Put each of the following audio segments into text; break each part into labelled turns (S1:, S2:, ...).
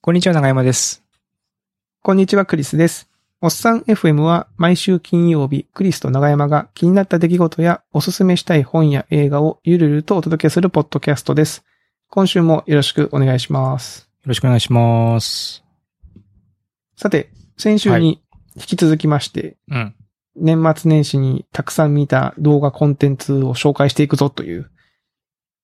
S1: こんにちは、長山です。
S2: こんにちは、クリスです。おっさん FM は毎週金曜日、クリスと長山が気になった出来事やおすすめしたい本や映画をゆるゆるとお届けするポッドキャストです。今週もよろしくお願いします。
S1: よろしくお願いします。
S2: さて、先週
S1: は
S2: に引き続きまして、
S1: うん。
S2: 年末年始にたくさん見た動画コンテンツを紹介していくぞという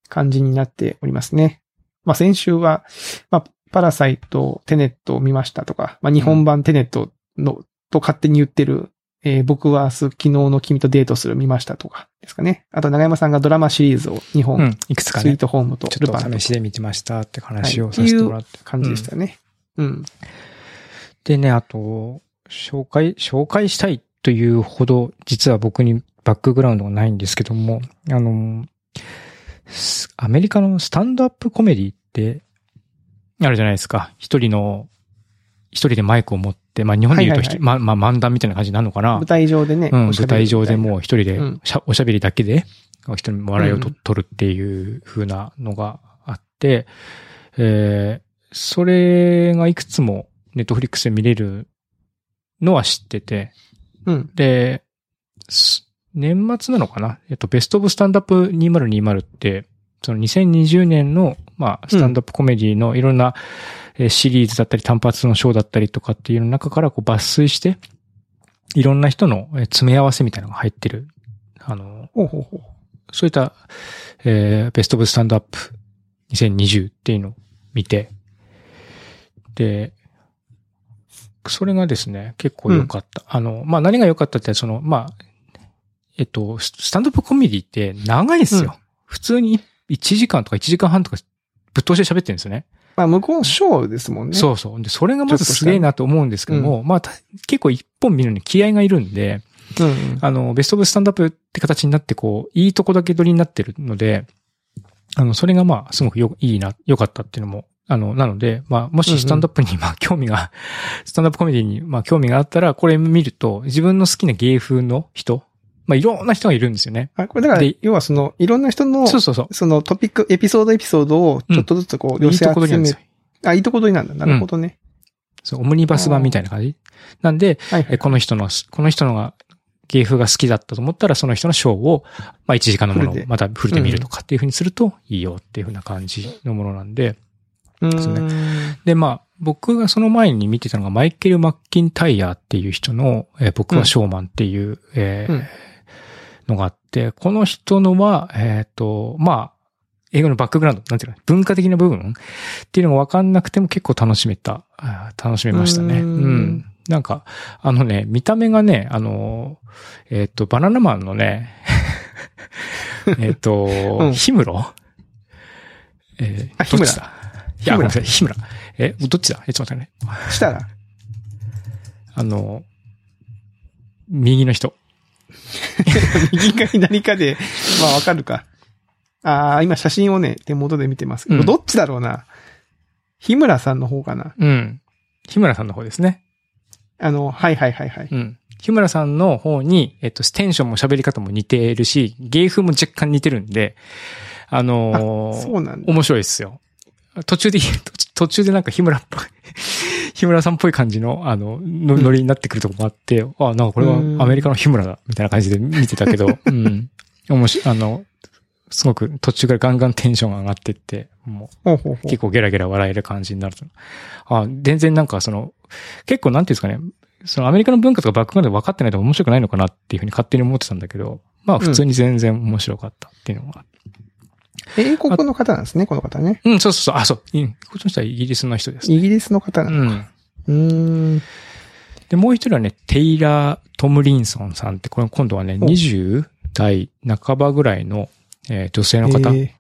S2: 感じになっておりますね。まあ先週は、まあ、パラサイト、テネットを見ましたとか、まあ日本版テネットの、と勝手に言ってる、えー僕は明日昨日の君とデートする見ましたとかですかね。あと長山さんがドラマシリーズを2本、
S1: うん。いくつか
S2: スイー
S1: ね、
S2: トホームと
S1: ちょ
S2: ル
S1: っ
S2: パン
S1: と
S2: の
S1: 試しで見てましたって話をさせてもらって。
S2: 感じでしたよね。うん。
S1: でね、あと、紹介、紹介したいというほど、実は僕にバックグラウンドがないんですけども、あの、スアメリカのスタンドアップコメディって、あるじゃないですか。一人の、一人でマイクを持って、まあ日本で言うとひと、
S2: はい
S1: まあまあ漫談みたいな感じなのかな
S2: 舞。台上でね、
S1: うん、
S2: おしゃ
S1: 舞
S2: べり
S1: 台
S2: みた
S1: 上
S2: いな
S1: でもう一人で
S2: うん
S1: しゃおしゃべりだけで、人に笑いをと、
S2: うん
S1: 取るっていう風なのがあって、えー、それがいくつもネットフリックスで見れるのは知ってて、
S2: うん。
S1: で、す年末なのかなえっと、ベストオブスタンダップ2020って、その2020年の、まあ、スタンダップコメディのいろんな、えーシリーズだったり単発のショーだったりとかっていう中からこう抜粋して、いろんな人のえー詰め合わせみたいなのが入ってる。あの、
S2: ほうほうほう。
S1: そういった、えーベストオブスタンドアップ2020っていうのを見て、で、それがですね、結構良かった。あの、まあ、何が良かったって、その、まあ、えっと、ススタンドアップコメディって長いですよ。普通に1時間とか1時間半とかぶっ通して喋ってるんですよね。
S2: まあ向こうのショーですもんね。
S1: そうそう。で、それがまずすげえなと思うんですけども、まあ、た結構一本見るのに気合がいるんで、
S2: うん。うん。
S1: あの、ベストオブスタンドアップって形になって、こう、いいとこだけ取りになってるので、あの、それがまあ、すごくよ、いいな、良かったっていうのも、あの、なので、まあ、も
S2: うんう
S1: し
S2: ん
S1: スタンドアップに、まあ、興味が、スタンドアップコメディに、まあ、興味があったら、これ見ると、自分の好きな芸風の人、まあ、いろんな人がいるんですよね。
S2: あ、これだから
S1: で、
S2: 要はその、いろんな人の、
S1: そうそうそう。
S2: そのトピック、エピソードエピソードをちょっとずつこう、
S1: い
S2: 寄
S1: い
S2: せ
S1: とこ取り
S2: 集
S1: なんで
S2: め
S1: すよ
S2: て、。あ、いいとこ取りなんだ。なるほどね。
S1: そう、オムニバス版みたいな感じ。なんで、
S2: はいは
S1: え
S2: い。
S1: この人の、この人のが、芸風が好きだったと思ったら、その人のショーを、まあ、1時間のもの
S2: フル
S1: を
S2: で
S1: またフルで見るとかっていうふうにするといいよっていうふうな感じのものなんで。
S2: うーん
S1: ですで、まあ、僕がその前に見てたのが、マイケル・マッキンタイヤーっていう人の、えー僕はショーマンっていう、えー
S2: うん
S1: のがあって、この人のは、えっ、と、まあ、英語のバックグラウンド、なんていうの、文化的な部分っていうのが分かんなくても結構楽しめた、あー楽しめましたね。う
S2: うんん
S1: なんか、あのね、見た目がね、あの、えっ、と、バナナマンのね、 えっと、
S2: ん
S1: ヒムロえ
S2: あ
S1: ー、
S2: 日
S1: どっ
S2: 村
S1: ちだいや、
S2: 日村
S1: ごめんなさい、日村。え、どっちだえ、ちょっと待ってね。
S2: したら、
S1: あの、右の人。
S2: 右か左かで、まあわかるか。ああ、今写真をね、手元で見てますけ
S1: う
S2: ど、
S1: ん
S2: どっちだろうな。日村さんの方かな。
S1: うん。日村さんの方ですね。
S2: あの、はいはいはいはい。
S1: うん。日村さんの方に、えっと、テンションも喋り方も似てるし、芸風も若干似てるんで、あのー
S2: そうなんだ。
S1: 面白いですよ。途中で、 途中でなんか日村っぽい、 日村さんっぽい感じの、あの、のノリになってくるとこもあって、あ、なんかこれは
S2: うん
S1: アメリカの日村だ、みたいな感じで見てたけ ど、うん。面白い、あの、すごく途中からガンガンテンションが上がってって、も
S2: ほうほう
S1: う
S2: ほう
S1: 結構ゲラゲラ笑える感じになると。あ、全然なんかその、結構なんていうんですかね、そのアメリカの文化とかバックグラウンド分かってないと面白くないのかなっていうふうに勝手に思ってたんだけど、まあ普通に全然面白かったっていうのがあって
S2: 英国の方なんですね、この方ね。
S1: うん、そうそうそう。あ、そう。うん。こっちの人はイギリスの人です。
S2: イギリスの方
S1: う
S2: なんだ。
S1: ん。
S2: うーん。
S1: で、もう一人はね、テイラー・トムリンソンさんって、これ今度はね、
S2: お
S1: 20代半ばぐらいの、えー女性の方、
S2: えー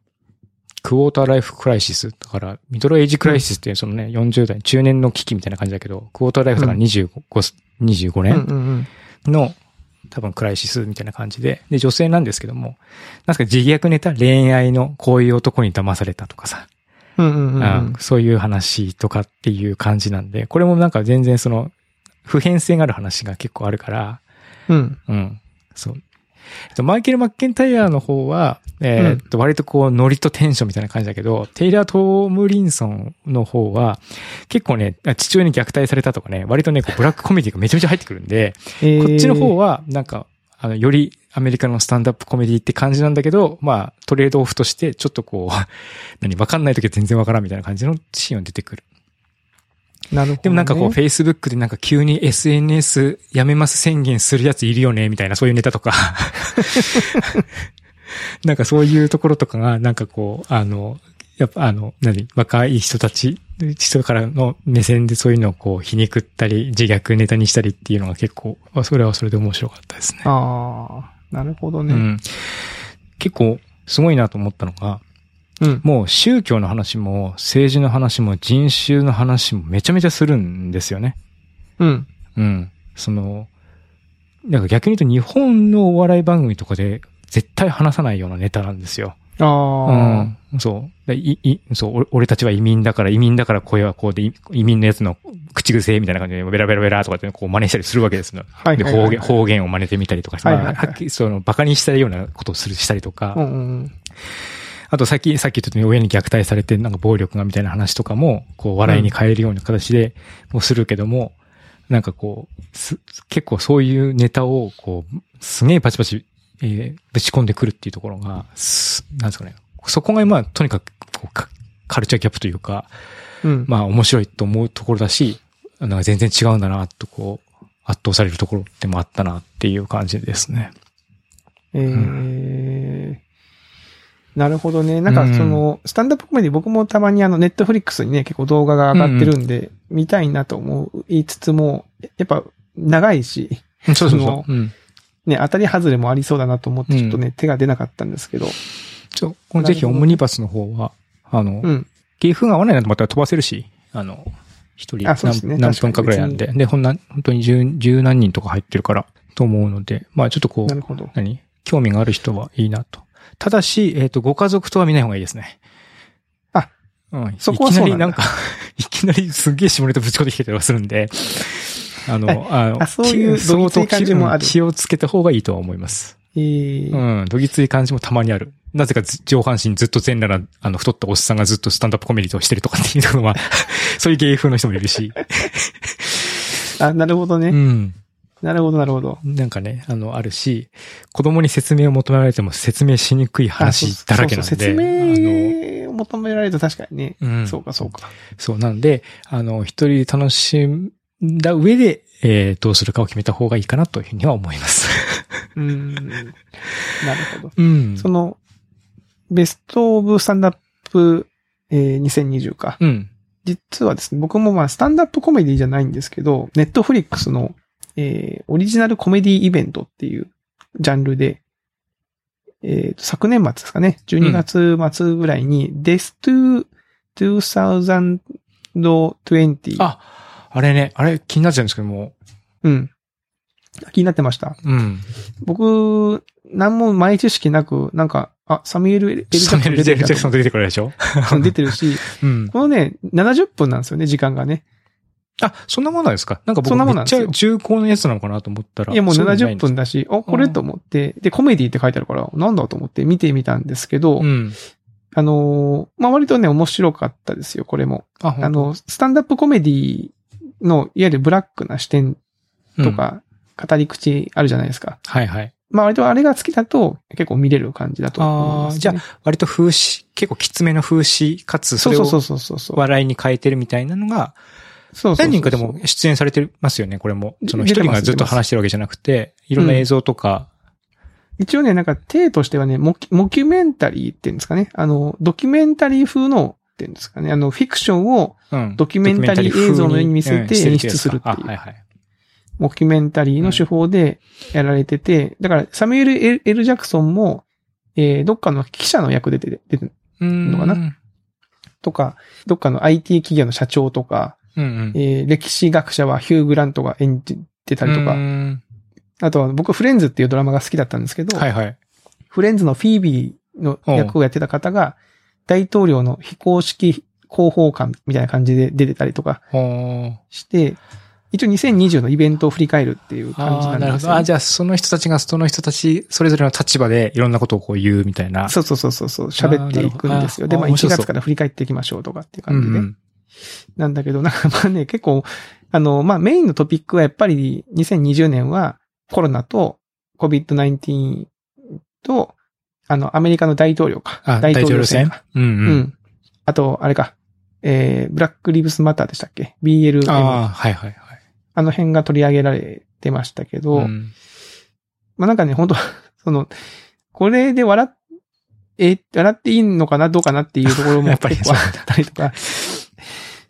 S1: クォーターライフクライシス。だから、ミドルエイジクライシスっていうそのね、40代、中年の危機みたいな感じだけど、クォーターライフだから
S2: うん
S1: 25、25
S2: うん
S1: 年
S2: うんうん。
S1: の、多分クライシスみたいな感じで、で、女性なんですけども、なんすか自虐ネタ恋愛のこういう男に騙されたとかさ、
S2: うんうんうんう
S1: うん
S2: ん。
S1: そういう話とかっていう感じなんで、これもなんか全然その、普遍性がある話が結構あるから、
S2: うん。
S1: うん。そう。えっとマイケル・マッケンタイヤーの方は、えーっと、割とこう、ノリとテンションみたいな感じだけど、テイラー・トムリンソンの方は、結構ね、父親に虐待されたとかね、割とね、こうブラックコメディがめちゃめちゃ入ってくるんで、
S2: え
S1: こっちの方
S2: は、
S1: は、なんか、あの、よりアメリカのスタンダップコメディって感じなんだけど、まあ、トレードオフとして、ちょっとこう、 何、わかんない時は全然わからんみたいな感じのシーンは出てくる。
S2: なるほどね、
S1: でもなんかこう、Facebook でなんか急に SNS やめます宣言するやついるよね、みたいな、そういうネタと か。なんかそういうところとかが、なんかこう、あの、やっぱあの、何、若い人たち、人からの目線でそういうのをこう、皮肉ったり、自虐ネタにしたりっていうのが結構、あそれはそれで面白かったですね。
S2: ああ、なるほど
S1: う
S2: ね。
S1: ん。結構、すごいなと思ったのが、
S2: うん。
S1: もう宗教の話も、政治の話も、人種の話もめちゃめちゃするんですよね。
S2: うん。
S1: うん。その、なんか逆に言うと日本のお笑い番組とかで絶対話さないようなネタなんですよ。
S2: あ
S1: う
S2: あ、
S1: ん。そう。でいいそう俺俺たちは移民だから、移民だから声はこうで、い移民のやつの口癖みたいな感じで、ベラベラベラとかってこう真似したりするわけですよ。
S2: はい
S1: で、
S2: はいはい
S1: 方言、方言を真似てみたりとかして、
S2: は
S1: ま
S2: い
S1: あ
S2: はい
S1: は
S2: はい
S1: っきりその、馬鹿にしたようなことをする、したりとか、
S2: うんうん
S1: あとさっき、さっき言ったように親に虐待されて、なんか暴力がみたいな話とかも、こう、笑いに変えるような形で、もうするけども、なんかこう、す、結構そういうネタを、こう、すげえバチバチ、えーぶち込んでくるっていうところが、すなんですかね。そこが、まあ、とにかく、こう、かカルチャーギャップというか、
S2: うん。うん。
S1: まあ、面白いと思うところだし、なんか全然違うんだな、とこう、圧倒されるところでもあったなっていう感じですね。
S2: えーなるほどね。なんかその、スタンダップコメディ僕もたまにあの、ネットフリックスにね、結構動画が上がってるんで、見たいなと思いつつも、やっぱ長いし、
S1: そうそう
S2: あ
S1: そ
S2: の
S1: う。うん。
S2: ね、当たり外れもありそうだなと思って、ちょっとね、手が出なかったんですけど。
S1: そう。これぜひ、オムニバスの方は、あの、
S2: うん。
S1: 芸風が合わないなと思ったら飛ばせるし、あの、一人
S2: あ
S1: 何,、
S2: そうですね
S1: 何分かぐらいなんで。で、ほんな、本当に十、十何人とか入ってるから、と思うので、まあちょっとこ
S2: な
S1: う、
S2: るほど。
S1: 何興味がある人はいいなと。ただし、えっ、と、ご家族とは見ない方がいいですね。
S2: あ、
S1: うん。
S2: そこはそうなん
S1: いきなりな
S2: だ
S1: んか、 いきなりすっげえ下ネタぶち込んできてたりはするんで、あの、あの
S2: あそういう
S1: 気を
S2: どぎつい感じもある
S1: 気を気をつけた方がいいとは思います。
S2: えー
S1: うん、どぎつい感じもたまにある。なぜかず上半身ずっと全裸な、あの、太ったおっさんがずっとスタンダップコメディをしてるとかっていうのは、 そういう芸風の人もいるし。
S2: あ、なるほどね。
S1: うん。
S2: なるほど、なるほど。
S1: なんかね、あの、あるし、子供に説明を求められても説明しにくい話だらけなんで。
S2: あそうそう説明を求められると確かにね。
S1: あの、うん、
S2: そうか、そうか。
S1: そう、なんで、あの、一人で楽しんだ上で、えーどうするかを決めた方がいいかなというふうには思います。
S2: うーん。なるほど。
S1: うん。
S2: その、ベストオブスタンダップ、えー2020か。
S1: うん。
S2: 実はですね、僕もまあ、スタンダップコメディじゃないんですけど、ネットフリックスの、えーオリジナルコメディイベントっていうジャンルで、えーと昨年末ですかね、12月末ぐらいに、Death to 2020。
S1: あ、あれね、あれ気になっちゃうんですけども、
S2: うん。気になってました。
S1: うん。
S2: 僕、何も前知識なく、なんか、あ、サミュエル・エル・ジャ
S1: サ
S2: ク
S1: ミュエ
S2: ソ
S1: ル・
S2: ン出
S1: ジ
S2: て
S1: ェル・ジャ
S2: る
S1: クソン出てくるでしょ
S2: 出てるし、
S1: うん。
S2: このね、70分なんですよね、時間がね。
S1: あ、そんなもんなんですかなんか僕
S2: そんなもん
S1: め
S2: な
S1: っ
S2: んで
S1: ち
S2: すよ
S1: ゃ重厚のやつなのかなと思ったら。
S2: いや、もう
S1: そうでない
S2: 70
S1: んです
S2: 分だし、お、これと思って、で、コメディって書いてあるから、なんだと思って見てみたんですけど、
S1: うん。
S2: あのーまあ、割とね、面白かったですよ、これも。
S1: あ、ほん
S2: あの、スタンダップコメディの、いわゆるブラックな視点と。
S1: うん
S2: か、語り口あるじゃないですか。
S1: はいはい。
S2: まあ、割とあれが好きだと、結構見れる感じだと思います、
S1: あ
S2: ね。
S1: ーじゃ割と風刺、結構きつめの風刺、かつそ
S2: そう
S1: れ
S2: そう
S1: を
S2: そうそうそうそう。
S1: 笑いに変えてるみたいなのが、
S2: そうそうそう
S1: 何人かでも出演されてますよね、これも。その
S2: 出
S1: 一
S2: てま
S1: 人
S2: す
S1: がずっと話してるわけじゃなくて、いろんな映像とか。
S2: 一応ね、なんか、体としてはね、モキモキュメンタリーっていうんですかね。あの、ドキュメンタリー風の、っていうんですかね。あの、フィクションを
S1: うん
S2: ドキュメンタ
S1: ドキュメ
S2: リー
S1: ンタ風に
S2: 映像のように見せて
S1: うん
S2: 演出するっていう
S1: あはいはい。
S2: モキュメンタリーの手法でやられてて、だからサミュエル・エル L ジャクソンも、えー、どっかの記者の役で出て、出てる
S1: うん
S2: のかなとか、どっかの IT 企業の社長とか、
S1: うんうん。
S2: えー、歴史学者はヒュー・グラントが演じてたりと
S1: う
S2: か、
S1: ん
S2: あとは僕フレンズっていうドラマが好きだったんですけど、
S1: はいはい。
S2: フレンズのフィービーの役をやってた方が、大統領の非公式広報官みたいな感じで出てたりとか
S1: ほー
S2: して、一応2020のイベントを振り返るっていう感じ
S1: あ
S2: な
S1: あ
S2: ん
S1: なる
S2: で
S1: ほ
S2: す
S1: ど。
S2: よ、
S1: あ、
S2: ね。
S1: じゃあ、その人たちが、その人たち、それぞれの立場でいろんなことをこう言うみたいな。
S2: そうそうそうそうそう、喋ってい
S1: あー
S2: くんですよ。
S1: なるほど
S2: で、まあ
S1: あー面白
S2: 1
S1: そう
S2: 月から振り返っていきましょうとかってい
S1: う
S2: う感じ
S1: ん
S2: で。
S1: うん。
S2: なんだけど、なんかまあね、結構、あの、まあメインのトピックはやっぱり2020年はコロナと COVID-19 と、あの、アメリカの大統領か。
S1: あ、大統領選
S2: か。
S1: うん
S2: う
S1: うん。
S2: ん。あと、あれか。えー、ブラックリブスマターでしたっけ ?BLM。
S1: あ
S2: あ
S1: あ、はいはいはい。
S2: の辺が取り上げられてましたけど、
S1: うん
S2: まあなんかね、本当 その、これで笑っ、え、笑っていいのかな、どうかなっていうところも
S1: やっぱり
S2: 結構あったりとか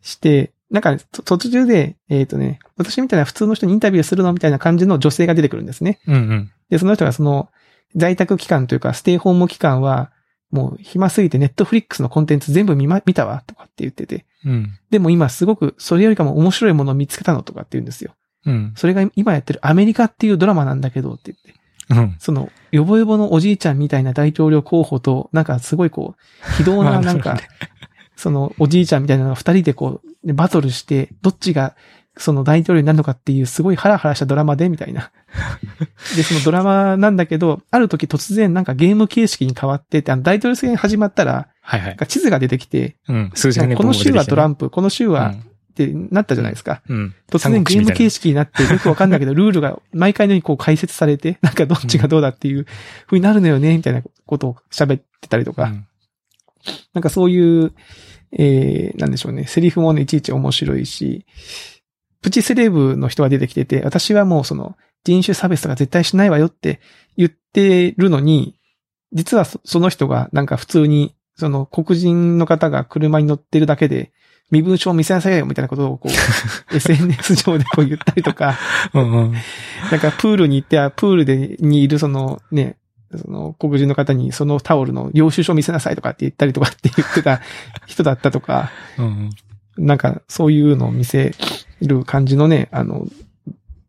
S2: して、なんかね、と途中で、えっ、とね、私みたいな普通の人にインタビューするのみたいな感じの女性が出てくるんですね。
S1: うんうん。
S2: で、その人がその、在宅期間というか、ステイホーム期間は、もう暇すぎてネットフリックスのコンテンツ全部見ま、見たわ、とかって言ってて。
S1: うん。
S2: でも今すごく、それよりかも面白いものを見つけたのとかって言うんですよ。
S1: うん。
S2: それが今やってるアメリカっていうドラマなんだけどって言って。
S1: うん。
S2: その、よぼよぼのおじいちゃんみたいな大統領候補と、なんかすごいこう、非 道
S1: あ
S2: な
S1: な
S2: な
S1: る
S2: ん
S1: ほど
S2: か、そのおじいちゃんみたいなのが二人でこう、でバトルして、どっちがその大統領になるのかっていうすごいハラハラしたドラマで、みた いな。で、そのドラマなんだけど、ある時突然なんかゲーム形式に変わってて、あの大統領選始まったら、
S1: はいは
S2: ないん。か地図が出てきて、
S1: うん。数字がね、
S2: この州はトラ
S1: ン
S2: ンプ、この州
S1: プ
S2: はってなったじゃないですか。
S1: うん。
S2: 突然ゲーム形式になって、よくわか んないけど、ルールが毎回のようにこう解説されて、なんかどっちがどうだっていう風になるのよね、みたいなことを喋ってたりとか、
S1: うん
S2: なんかそういう、えー、なんでしょうね、セリフもね、いちいち面白いし、プチセレブの人が出てきてて、私はもうその人種差別とか絶対しないわよって言ってるのに、実はそその人がなんか普通に、その黒人の方が車に乗ってるだけで、身分証を見せなさいよみたいなことをこう、SNS 上でこう言ったりとか、
S1: うんうん。
S2: なんかプールに行って、あプールで、にいるそのね、その黒人の方にそのタオルの領収書を見せなさいとかって言ったりとかって言ってた人だったとか、
S1: うん
S2: なんかそういうのを見せる感じのね、あの、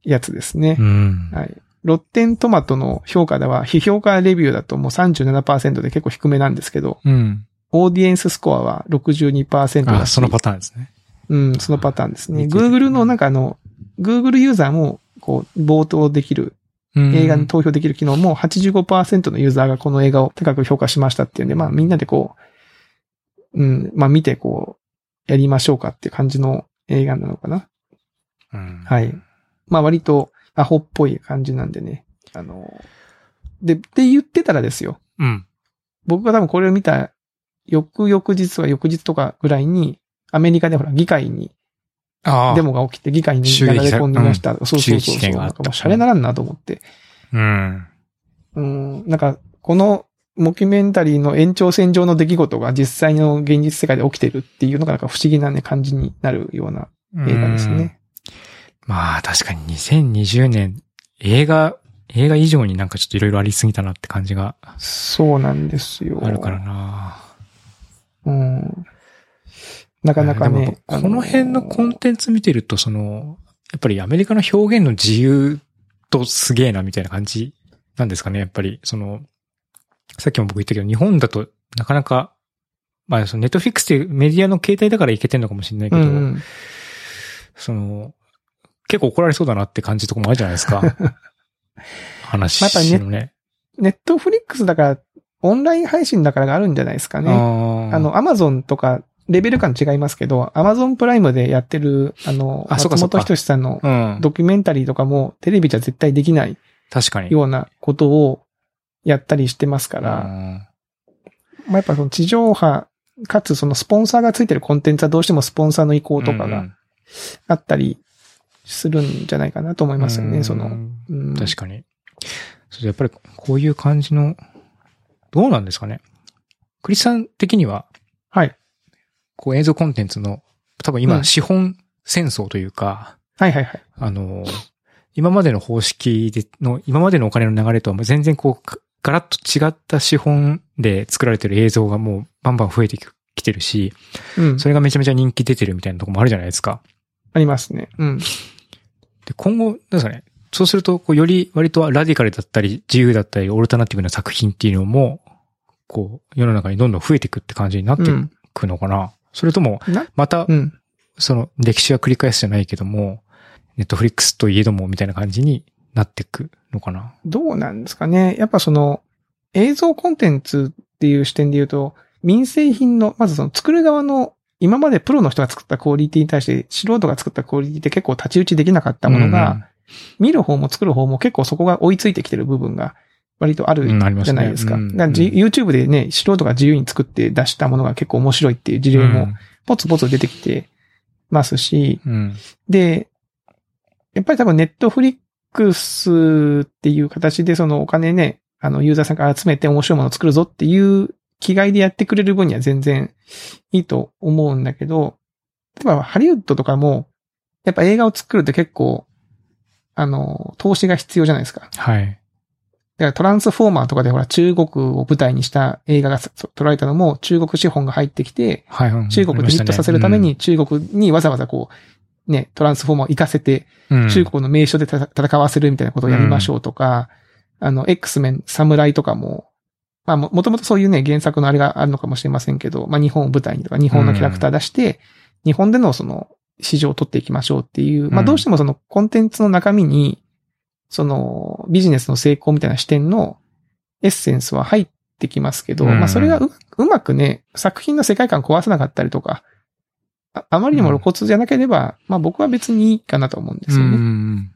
S2: やつですね
S1: う。ん。
S2: はい。ロッテントマトの評価では、非評価レビューだともう37%で結構低めなんですけど、
S1: うん。
S2: オーディエンススコアは62%だ
S1: あ、
S2: し
S1: そのパターンですね。
S2: うん、そのパターンですね。
S1: 見てる
S2: Google のなんかあの、Google ユーザーも、こう、冒頭できる
S1: うん
S2: 映画に投票できる機能も85%のユーザーがこの映画を高く評価しましたっていうんで、まあみんなでこう、うん、まあ見てこう、やりましょうかっていう感じの映画なのかな。
S1: うん
S2: はい。まあ割とアホっぽい感じなんでね。あの、で、って言ってたらですよ。
S1: うん。
S2: 僕が多分これを見た翌々日は翌日とかぐらいに、アメリカでほら議会に
S1: ああ。
S2: デモが起きて議会に流
S1: 襲
S2: れ
S1: 撃され
S2: 込んでました。そうそ
S1: 襲
S2: う
S1: 撃事
S2: そうそう。
S1: 件が
S2: な
S1: あ
S2: ん
S1: った
S2: かもうシャレならんなと思って。
S1: うん。
S2: うん、なんか、この、モキュメンタリーの延長線上の出来事が実際の現実世界で起きてるっていうのがなんか不思議なね、感じになるような映画です
S1: うん。
S2: ね。
S1: まあ、確かに2020年、映画、映画以上になんかちょっといろいろありすぎたなって感じが
S2: そうなんですよ。
S1: あるからな。
S2: うん。なかなか
S1: でも
S2: ね。
S1: この辺のコンテンツ見てると、その、やっぱりアメリカの表現の自由とすげえなみたいな感じなんですかね、やっぱり。その、さっきも僕言ったけど、日本だとなかなか、まあ、そのネットフィックスっていうメディアの形態だからいけてんのかもしれないけ
S2: う
S1: ど、
S2: んうん。
S1: その、結構怒られそうだなって感じとかもあるじゃないです か。話のね。
S2: ネットフリックスだから、オンライン配信だからがあるんじゃないですかね。
S1: あー
S2: あ、の、アマゾンとか、レベル感違いますけど、アマゾンプライムでやってる、あの、
S1: あそう
S2: 松
S1: かそうか
S2: 本人志さんの
S1: うん。
S2: ドキュメンタリーとかも、テレビじゃ絶対できない
S1: 確かに。
S2: ようなことをやったりしてますから、まあ、やっぱその地上波、かつそのスポンサーがついてるコンテンツはどうしてもスポンサーの意
S1: う
S2: 向
S1: ん
S2: とか
S1: う
S2: が
S1: ん
S2: あったりするんじゃないかなと思いますよ
S1: う
S2: ね、
S1: ん
S2: その。うん
S1: 確かに。そうやっぱりこういう感じの、どうなんですかね。クリスさん的には、
S2: はい。
S1: こう映像コンテンツの、多分今、
S2: うん
S1: 資本戦争というか、
S2: はいはいはい。
S1: あの、今までの方式での、今までのお金の流れとはもう全然こう、かガラッと違った資本で作られてる映像がもうバンバン増えてきてるし、
S2: うん。
S1: それがめちゃめちゃ人気出てるみたいなとこもあるじゃないですか。
S2: ありますね。うん。
S1: で、今後、なんですかね。そうすると、こう、より割とラディカルだったり、自由だったり、オルタナティブな作品っていうのも、こう、世の中にどんどん増えていくって感じになって
S2: うん。
S1: くのかな。それとも
S2: な、
S1: また
S2: う、ん。
S1: その、歴史は繰り返すじゃないけども、ネットフリックスといえどもみたいな感じになってくのかな。
S2: どうなんですかね。やっぱその映像コンテンツっていう視点で言うと、民生品の、まずその作る側の、今までプロの人が作ったクオリティに対して素人が作ったクオリティって結構太刀打ちできなかったものが、見る方も作る方も結構そこが追いついてきてる部分が割とある
S1: うん、うんありますね
S2: じゃないですか。
S1: うん
S2: だからじ YouTube でね、素人が自由に作って出したものが結構面白いっていう事例もポツポツ出てきてますし、
S1: うんうん
S2: で、やっぱり多分ネットフリックスっていう形でそのお金ね、あのユーザーさんから集めて面白いものを作るぞっていう気概でやってくれる分には全然いいと思うんだけど、例えばハリウッドとかも、やっぱ映画を作るって結構、あの、投資が必要じゃないですか。
S1: はい。
S2: だからトランスフォーマーとかでほら中国を舞台にした映画がそ撮られたのも中国資本が入ってきて、
S1: はいうん。
S2: 中国でヒットさせるために中国にわざわざこう、ね、トランスフォーマーを活かせて、
S1: うん、
S2: 中国の名所でたた戦わせるみたいなことをやりましょうとか、あの、X メン、サムライとかも、まあも、もともとそういうね、原作のあれがあるのかもしれませんけど、まあ日本を舞台にとか、日本のキャラクター出して、日本でのその、市場を取っていきましょうっていう、ま
S1: う
S2: あ
S1: ん
S2: どうしてもそのコンテンツの中身に、その、ビジネスの成功みたいな視点のエッセンスは入ってきますけど、
S1: うん
S2: まあそれがううまくね、作品の世界観壊さなかったりとか、ああまりにも露骨じゃなければ、まあ僕は別にいいかなと思うんで
S1: です
S2: よね。
S1: ね。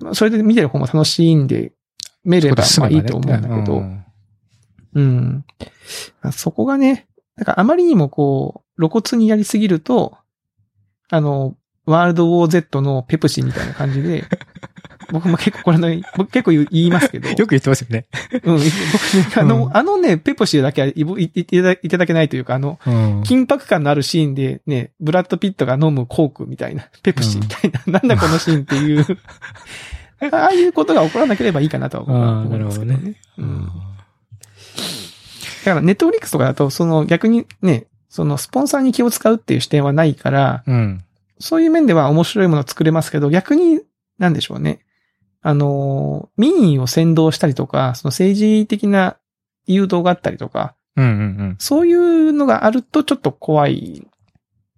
S2: まあそれで見てる方も楽しいんで、見ればまあいいと思うんだけど、うん。そこがね、なんかあまりにもこう、露骨にやりすぎると、あの、ワールドウォー Z のペプシみたいな感じ で、僕も結構これの、僕結構言う言いますけど、
S1: よく言ってますよね。
S2: うん、僕ねあの、
S1: うん
S2: あのね、ペプシだけはい言っていただいただけないというか、あの、
S1: うん
S2: 緊迫感のあるシーンでね、ブラッド・ピットが飲むコークみたいな、 ペプシみたいな、なんだこのシーンっていう、 ああいうことが起こらなければいいかなとは僕は思うんですけど
S1: あーな
S2: ね。うんだからネットフリックスとかだと、その逆にね、そのスポンサーに気を使うっていう視点はないから、
S1: うん。
S2: そういう面では面白いものを作れますけど、逆に、なんでしょうね。あのー、民意を先導したりとか、その政治的な誘導があったりとか、
S1: うんうん
S2: そういうのがあるとちょっと怖い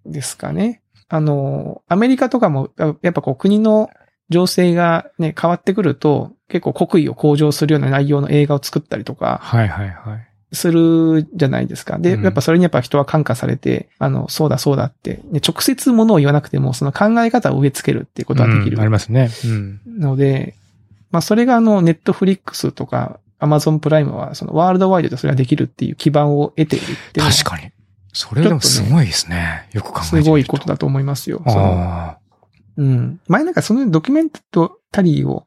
S2: ですかね。あの、アメリカとかも、ややっぱこう国の情勢がね、変わってくると、結構国威を向上するような内容の映画を作ったりとか
S1: はいはいはい。
S2: するじゃないですか。で、
S1: うん
S2: やっぱそれにやっぱ人は感化されて、あの、そうだそうだって、ね、直接ものを言わなくても、その考え方を植え付けるっていうことはできる
S1: うんありますね。うん。
S2: ので、まあそれがあの、ネットフリックスとか、アマゾンプライムは、そのワールドワイドでそれができるっていう基盤を得ているっていうのは。
S1: 確かに。それでもすごいですね。よく考えて
S2: す
S1: みる
S2: ごいことだと思いますよ。その
S1: あ
S2: うん。前なんかそのドキュメンタリーを、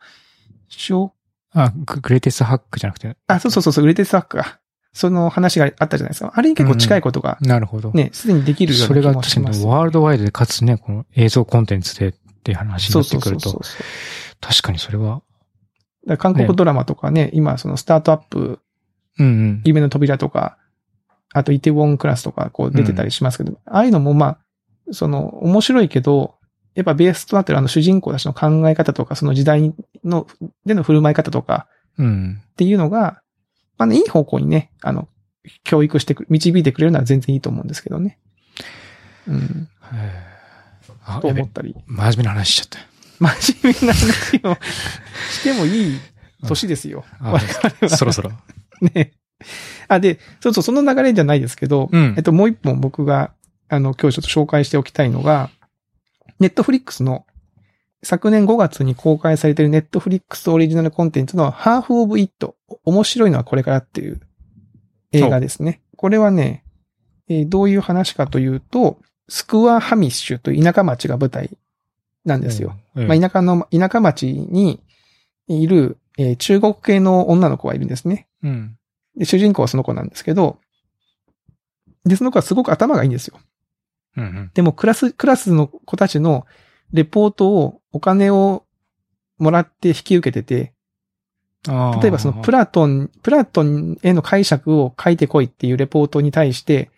S2: しょ
S1: あ。あ、ググレイテストハックじゃなくて。
S2: あ、そうそうそうそう、売れてサッカー。その話があったじゃないですか。あれに結構近いことが、
S1: なるほど。
S2: ね、すでにできるよ
S1: そうれが
S2: な気も
S1: 確
S2: し
S1: か
S2: ます。
S1: にワールドワイドでかつね、この映像コンテンツでっていう話に
S2: そ
S1: な
S2: う
S1: って
S2: そう
S1: く
S2: そ
S1: る
S2: うそう
S1: と、。確かにそれは、
S2: だから韓国ドラマとかね、今そのスタートアップ、
S1: うん
S2: 夢の扉とか、あとイテウォンクラスとかこう出てたりしますけど、ああいうのもまあ、その面白いけど、やっぱベースとなってるあの主人公たちの考え方とか、その時代の、での振る舞い方とか、
S1: うん。うん。
S2: っていうのが、まあね、いい方向にね、あの、教育してく、導いてくれるのは全然いいと思うんですけどね。うん。
S1: へーあ、
S2: と
S1: やべ
S2: 思ったり。
S1: 真面目な話しちゃった。
S2: 真面目な話をしてもいい年ですよ。
S1: あ
S2: 我々は
S1: そろそろ。
S2: ね。あ、で、そうそう、その流れじゃないですけど、
S1: うん
S2: えっと、もう一本僕が、あの、今日ちょっと紹介しておきたいのが、ネットフリックスの、昨年5月に公開されているネットフリックスオリジナルコンテンツのハーフオブイット、面白いのはこれからっていう映画ですね。これはね、えーどういう話かというと、スクワハミッシュという田舎町が舞台なんですよ。
S1: うん。
S2: まあ、田舎の、田舎町にいる、えー中国系の女の子がいるんですね。
S1: うん。
S2: で、主人公はその子なんですけど、で、その子はすごく頭がいいんですよ。
S1: うんうん。
S2: でも、クラス、クラスの子たちのレポートを、お金をもらって引き受けてて、
S1: あー
S2: 例えばそのプラトン、プラトンへの解釈を書いてこいっていうレポートに対して、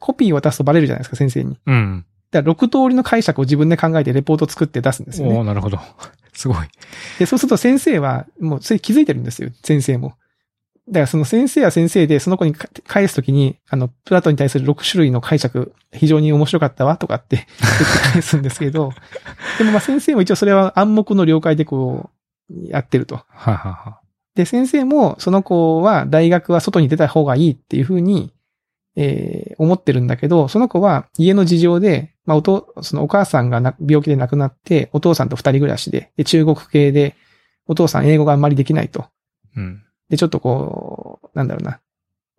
S2: コピーを渡すとバレるじゃないですか、先生に。
S1: うん。
S2: だから6通りの解釈を自分で考えてレポートを作って出すんですよ
S1: お
S2: ね。
S1: おなるほど。 すごい。
S2: で、そうすると先生は、もうそれ気づいてるんですよ、先生も。だからその先生は先生で、その子にか返すときに、あの、プラトンに対する6種類の解釈、非常に面白かったわ、とかって言って返すんですけど、でもまあ先生も一応それは暗黙の了解でこう、やってると。
S1: ははは。
S2: で、先生もその子は大学は外に出た方がいいっていうふうに、えー思ってるんだけど、その子は家の事情で、まあ、おと、そのお母さんがな病気で亡くなって、お父さんと二人暮らしで、で、中国系で、お父さん英語があんまりできないと。
S1: うん。
S2: で、ちょっとこう、なんだろうな。まあ、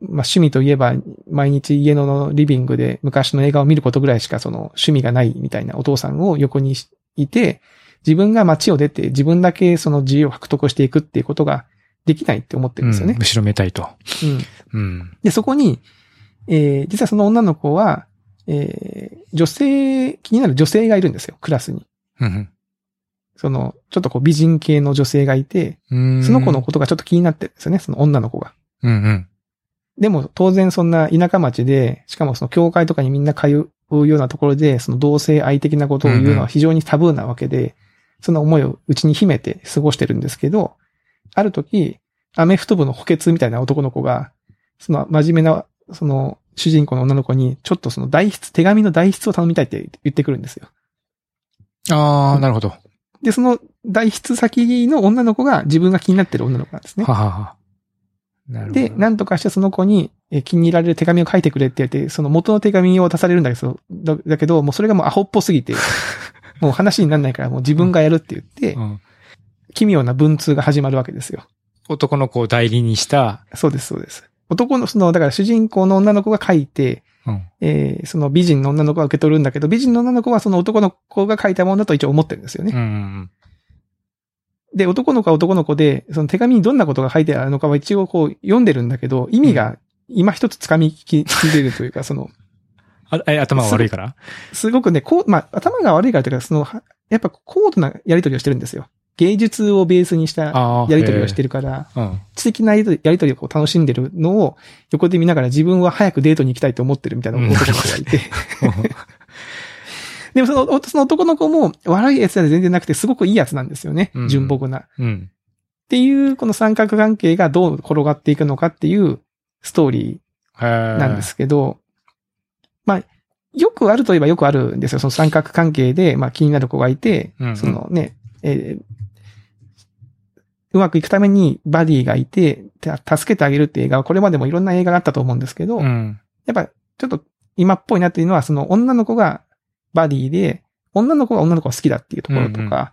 S2: 趣味といえば、毎日家のリビングで昔の映画を見ることぐらいしかその趣味がないみたいなお父さんを横にいて、自分が街を出て自分だけその自由を獲得していくっていうことができないって思ってるんですよ
S1: う
S2: ね
S1: ん。後ろめたいと。
S2: うん。
S1: うん。
S2: で、そこに、えー実はその女の子は、えー女性、気になる女性がいるんですよ、クラスに。
S1: うん
S2: その、ちょっとこう美人系の女性がいて、
S1: うん。
S2: その子のことがちょっと気になってるんですよね、その女の子が。
S1: うんうん。
S2: でも当然そんな田舎町で、しかもその教会とかにみんな通うようなところで、その同性愛的なことを言うのは非常にタブーなわけで、その思いをうちに秘めて過ごしてるんですけど、ある時、アメフト部の補欠みたいな男の子が、その真面目な、その主人公の女の子に、ちょっとその代筆、手紙の代筆を頼みたいって言ってくるんですよ。
S1: ああ、なるほど。は
S2: で、その代筆先の女の子が自分が気になってる女の子なんですね。
S1: はは。なるほど。
S2: で、なんとかしてその子に、えー気に入られる手紙を書いてくれって言って、その元の手紙を渡されるんだけど、だだけど、もうそれがもうアホっぽすぎ て、もう話にならないからもう自分がやるって言って
S1: う、ん
S2: 奇妙な文通が始まるわけですよ。
S1: 男の子を代理にした、
S2: そうです、そうです。男の、その、だから主人公の女の子が書いて、
S1: うん。
S2: えーその美人の女の子が受け取るんだけど、美人の女の子はその男の子が書いたものだと一応思ってるんですよね。
S1: うんうん
S2: で、男の子は男の子で、その手紙にどんなことが書いてあるのかは一応こう読んでるんだけど、意味が今一つ掴みききれるというか、その、
S1: あえ、頭が悪いから
S2: すごくね、こう、まあ、頭が悪いからというか、その、はやっぱ高度なやり取りをしてるんですよ。芸術をベースにした
S1: ああ。
S2: やり取りをして
S1: る。
S2: るから、
S1: うん。
S2: 知的なやり取りやり取りをこう楽しんでるのを横で見ながら自分は早くデートに行きたいと思ってるみたいな
S1: うん
S2: 男の子が いて。でもそのお、その男の子も悪いやつでは全然なくて、すごくいいやつなんですよね
S1: うん。
S2: 純朴な。っ
S1: うん。
S2: ていう、この三角関係がどう転がっていくのかっていうストーリーな
S1: なん
S2: で。すけど、まあ、よくあるといえばよくあるんですよ。その三角関係で、まあ気になる子がいて、
S1: うんうん
S2: そのね、えーうまくいくためにバディがいて、て助けてあげるっていう映画は、これまでもいろんな映画があったと思うんですけど、
S1: う
S2: や
S1: ん。
S2: っぱちょっと今っぽいなっていうのは、その女の子がバディで、女の子が女の子が好きだっていうところとか、
S1: うんうん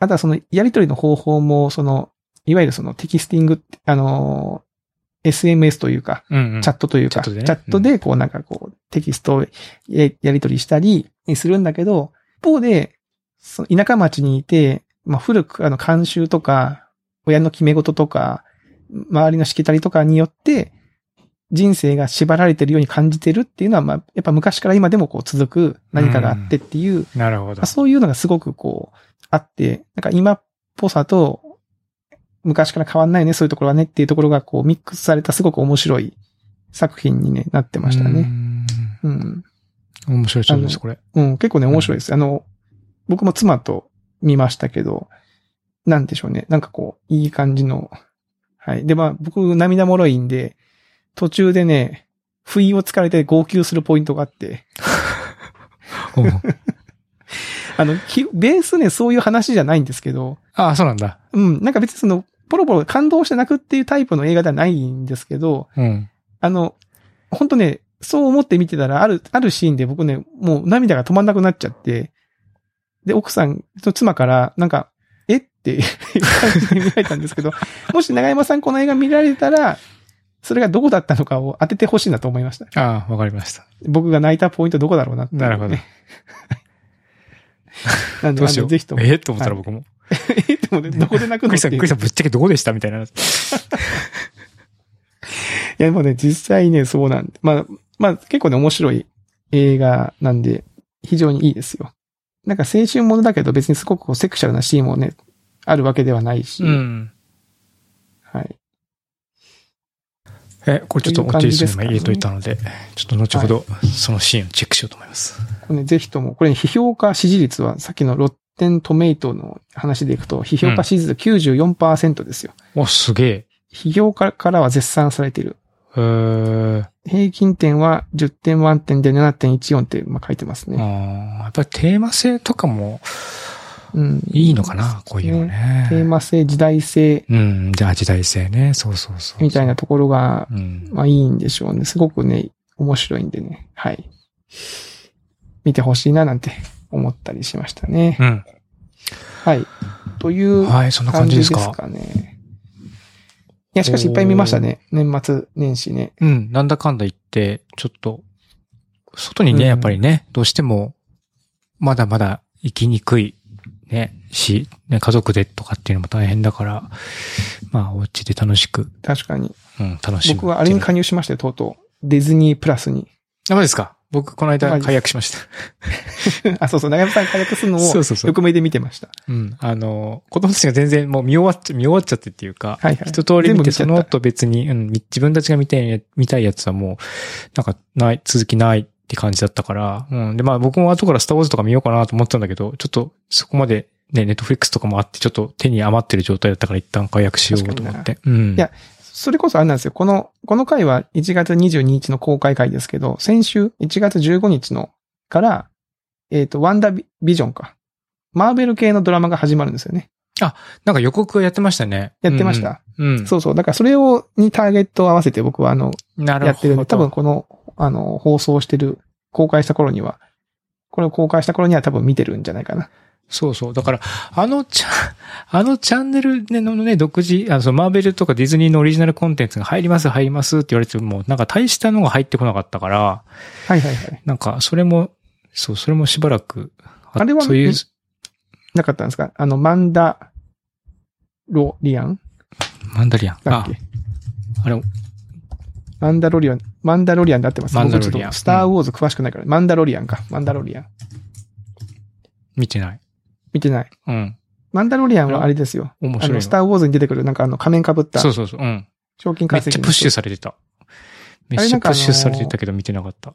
S2: あとはそのやりとりの方法も、その、いわゆるそのテキスティングって、あのー SMS というか、
S1: うんうん。
S2: チャットというか、
S1: チ
S2: チ
S1: ャットで
S2: ャ
S1: ね
S2: ットで、こうなんかこう、テキストをややり取りしたりするんだけど、一方で、その田舎町にいて、まあ古く、あの、慣習とか、親の決め事とか、周りのしきたりとかによって、人生が縛られてるように感じてるっていうのは、まあ、やっぱ昔から今でもこう続く何かがあってっていう、
S1: なるほど
S2: まあ。そういうのがすごくこう、あって、なんか今っぽさと、昔から変わんないね、そういうところはねっていうところがこうミックスされたすごく面白い作品に、ね、なってましたね。うん。
S1: うん。面白いそうです、これ。
S2: うん、結構ね、面白いです。あの、僕も妻と見ましたけど、なんでしょうね。なんかこう、いい感じの。はい。で、まあ、僕、涙もろいんで、途中でね、不意をつかれて号泣するポイントがあって、
S1: うん
S2: あの、きベースね、そういう話じゃないんですけど、
S1: ああ、そうなんだ。
S2: うん、なんか別にその、ポロポロ感動して泣くっていうタイプの映画ではないんですけど、
S1: うん。
S2: あの、本当ね、そう思って見てたら、ある、あるシーンで僕ね、もう涙が止まんなくなっちゃって、で、奥さん、その妻から、なんか、えっていう感じで見られたんです けど、もし長山さんこの映画見られたら、それがどこだったのかを当ててほしいなと思いました。
S1: ああ、わかりました。
S2: 僕が泣いたポイントどこだろうなっていうね、
S1: なるほど
S2: なんで、
S1: どうしよ
S2: あ
S1: う。
S2: のぜひとも。
S1: ええと思ったら僕も。
S2: えでもね、どこで泣
S1: ク
S2: くの
S1: リ
S2: っ
S1: スさ
S2: て
S1: ん、
S2: いう
S1: クリスさん、ぶっちゃけどこでしたみたいな。
S2: いや、でもね、実際ね、そうなんで。まあ、まあ、結構ね、面白い映画なんで、非常にいいですよ。なんか青春ものだけど、別にすごくこうセクシャルなシーンもね、あるわけではないし、
S1: ん。
S2: はい。
S1: え、これちょっとお手入れに今
S2: という感じですかね
S1: 入れといたので、ちょっと後ほどそのシーンをチェックしようと思います。
S2: これね、ぜひとも、これ、ね、批評価支持率は、さっきのロッテントメイトの話でいくと、批評価支持率94%ですよ。
S1: お、すげえ。
S2: 批評家からは絶賛されている。
S1: へへー
S2: 平均点は10点満点で7.14って、まあ、書いてます
S1: あー
S2: ね。
S1: やっぱりテーマ性とかも
S2: うん。
S1: いいのかな、こういうのね。
S2: テーマ性、時代性
S1: うん、じゃあ時代性ね。そうそうそう。
S2: みたいなところが、
S1: うん。
S2: まあいいんでしょうね。すごくね、面白いんでね。はい。見てほしいななんて思ったりしましたね。
S1: うん。
S2: はい。という
S1: はい、そんな
S2: 感
S1: 感
S2: じ
S1: じ
S2: で
S1: ですすか。
S2: かね。いや、しかしいっぱい見ましたね。年末年始ね。
S1: うん、なんだかんだ言って、ちょっと、外にね、
S2: うん
S1: やっぱりね、どうしても、まだまだ行きにくい、ね、し、ね、家族でとかっていうのも大変だから、まあ、お家で楽しく、
S2: 確かに。
S1: うん、楽しむ。
S2: 僕はあれに加入しましたよ、とうとう。ディズニープラスに。
S1: あ、そうですか。僕、この
S2: まあ
S1: 間、
S2: いいです
S1: 解約しました。
S2: あ、そうそう、長山さん解約するのを、
S1: そうそうそう
S2: 横目で見てました。
S1: うん。あの、子供たちが全然もう見終わっちゃ、見終わっちゃってっていうか、
S2: はいはい
S1: 一通り
S2: 全部
S1: 見
S2: 見ち
S1: て、
S2: ゃった
S1: その後別に、うん、み自分たちが見て、見たいやつはもう、なんか、ない、続きないって感じだったから、うん。で、まあ僕も後からスターウォーズとか見ようかなと思ってたんだけど、ちょっと、そこまで、ね、ネットフリックスとかもあって、ちょっと手に余ってる状態だったから一旦解約しようと思って。うん。
S2: いやそれこそあれなんですよ。この、この回は1月22日の公開回ですけど、先週1月15日のから、えっ、と、ワンダビビジョンか。マーベル系のドラマが始まるんですよね。
S1: なんか予告やってましたね。
S2: やってました。
S1: うん。うん。
S2: そうそう。だからそれを、にターゲットを合わせて僕はあの、
S1: なるほど。
S2: やってるんで、多分この、あの、放送してる、公開した頃には、これを公開した頃には多分見てるんじゃないかな。
S1: そうそう。だから、あのチャン、 あのチャンネルねのね、独自、あの、そのマーベルとかディズニーのオリジナルコンテンツが入ります、入りますって言われても、なんか大したのが入ってこなかったから、
S2: はいはいはい。
S1: なんか、それも、そう、それもしばらく、
S2: あれは
S1: そういう
S2: み、なかったんですかあの、マンダロリアン
S1: マンダリアン。
S2: だっ
S1: あ
S2: け、
S1: あれ、
S2: マンダロリアン、マンダロリアンで合ってます。
S1: マンダロリアン
S2: 僕ちょっとスターウォーズ詳しくないから、マンダロリアンか。マンダロリアン。
S1: 見てない。
S2: 見てない。
S1: うん。
S2: マンダロリアンはあれですよ。
S1: 面
S2: あ
S1: 白い
S2: の、
S1: の。
S2: スターウォーズに出てくる、なんかあの、仮面被った
S1: そ、うそうそう。うん。
S2: 賞金
S1: めっ
S2: 稼
S1: ち
S2: ぎ
S1: ゃ
S2: の
S1: プッシュされてた。め
S2: あ
S1: っ
S2: れ
S1: ち
S2: な
S1: ゃ
S2: ん
S1: プ
S2: かあ
S1: ッ
S2: のー
S1: シュされてたけど見てなかった。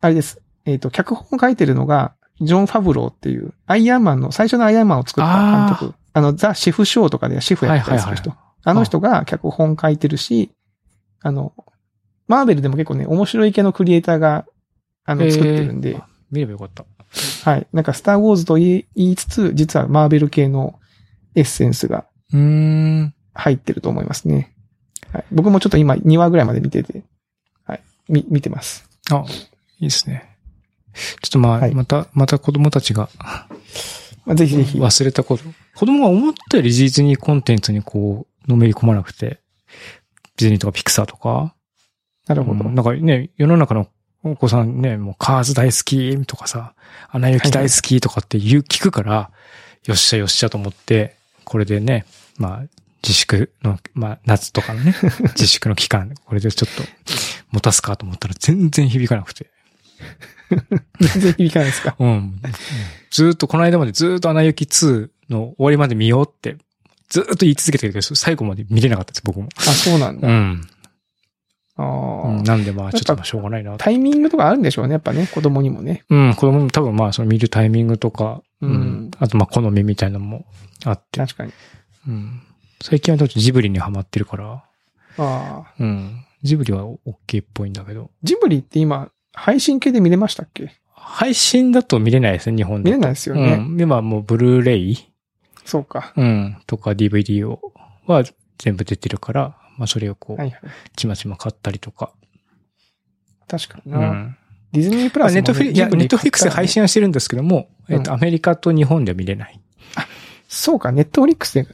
S2: あれです。えっ、と、脚本を書いてるのが、ジョン・ファブローっていう、アイアンマンの、最初のアイアンマンを作った監督。あの、ザ・シェフ・ショーとかでシェフやったりする人。
S1: は
S2: あの人が脚本書いてるし、あの、マーベルでも結構ね、面白い系のクリエイターが、あの、作ってるんで、
S1: へー見ればよかった。
S2: はい。なんか、スター・ウォーズと言い言いつつ、実はマーベル系のエッセンスが
S1: うーん。
S2: 入ってると思いますね。はい。僕もちょっと今、2話ぐらいまで見てて、はい。み、見てます。
S1: あ、いいですね。ちょっとまあ、
S2: はい
S1: また、また子供たちが、
S2: まあ、ぜひぜひ。
S1: 忘れたこと。子供が思ったよりディズニーコンテンツにこう、のめり込まなくて、ディズニーとかピクサーとか、
S2: なるほど。
S1: うんなんかね、世の中のお子さんね、もうカーズ大好きとかさ、アナ雪大好きとかって言う、聞くから、よっしゃよっしゃと思って、これでね、まあ、自粛の、まあ、夏とかの ね、自粛の期間、これでちょっと、持たすかと思ったら全然響かなくて。
S2: 全然響かないで すか。
S1: うん。ずーっと、この間までずーっとアナ雪2の終わりまで見ようって、ずーっと言い続けてるけど、最後まで見れなかったです、僕も。
S2: あ、そうなんだ。
S1: ん。
S2: ああ、
S1: なんでまあ、ちょっとまあしょうがないなと。
S2: タイミングとかあるんでしょうね、やっぱね、子供にもね。
S1: うん、子供も多分まあ、その見るタイミングとか、
S2: うん
S1: あとまあ、好みみたいなのもあって。
S2: 確かに。
S1: うん。最近はちょっとジブリにハマってるから、
S2: ああ、
S1: うん。ジブリは OK っぽいんだけど、
S2: ジブリって今、配信系で見れましたっけ
S1: 配信だと見れないですね、日本
S2: 見
S1: で。
S2: れないですよね。
S1: うん。今はもう、ブルーレイ
S2: そうか。
S1: うん。とか DVD を、は全部出てるから、まあそれをこ
S2: は
S1: う、
S2: いはい。
S1: ちまちま買ったりとか。
S2: 確かに
S1: う
S2: な。
S1: ん。
S2: ディズニープ
S1: ま
S2: ラ
S1: あ
S2: ス
S1: ネットフリ、いや、ネットフリックスで
S2: で
S1: 配。信はしてるんですけども、えっと、アメリカと日本では見れない。
S2: そうか、ネットフリックスで、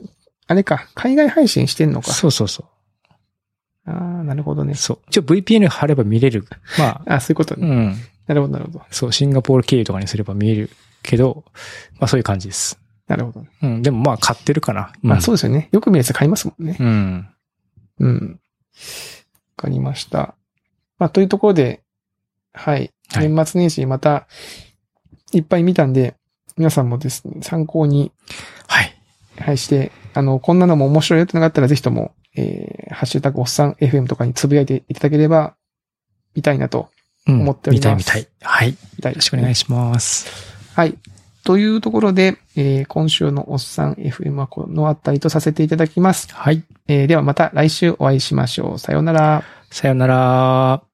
S2: あれか、海外配信してんのか。
S1: そうそうそ
S2: ああ、なるほどね
S1: う。。そう。一応 VPN 貼れば見れ る。まあ、
S2: あそういうこと
S1: う
S2: ね。
S1: ん。
S2: なるほど、なるほど。
S1: そう、シンガポール経由とかにすれば見えるけど、まあそういう感じです。
S2: なるほど。
S1: うん。でもまあ買ってるかな。
S2: まあ、そう
S1: う
S2: ですよね。よく見るやつ買いますもんね。
S1: ん。うん。
S2: うん。わかりました。まあ、というところで、はい。
S1: はい
S2: 年末年始また、いっぱい見たんで、皆さんもですね、参考に、
S1: はい。
S2: はい、して、あの、こんなのも面白いよってのがあったら、ぜひとも、えー、ハッシュタグおっさん FM とかにつぶやいていただければ、見たいなと、
S1: うん
S2: 思っております
S1: 見たい見たい。はい。よ
S2: 見たいで
S1: ろし
S2: す
S1: くお
S2: ね、
S1: 願いします。
S2: はい。というところで、えー今週のおっさん FM はこのあたりとさせていただきます。
S1: はい。
S2: えーではまた来週お会いしましょう。さようなら。
S1: さよなら。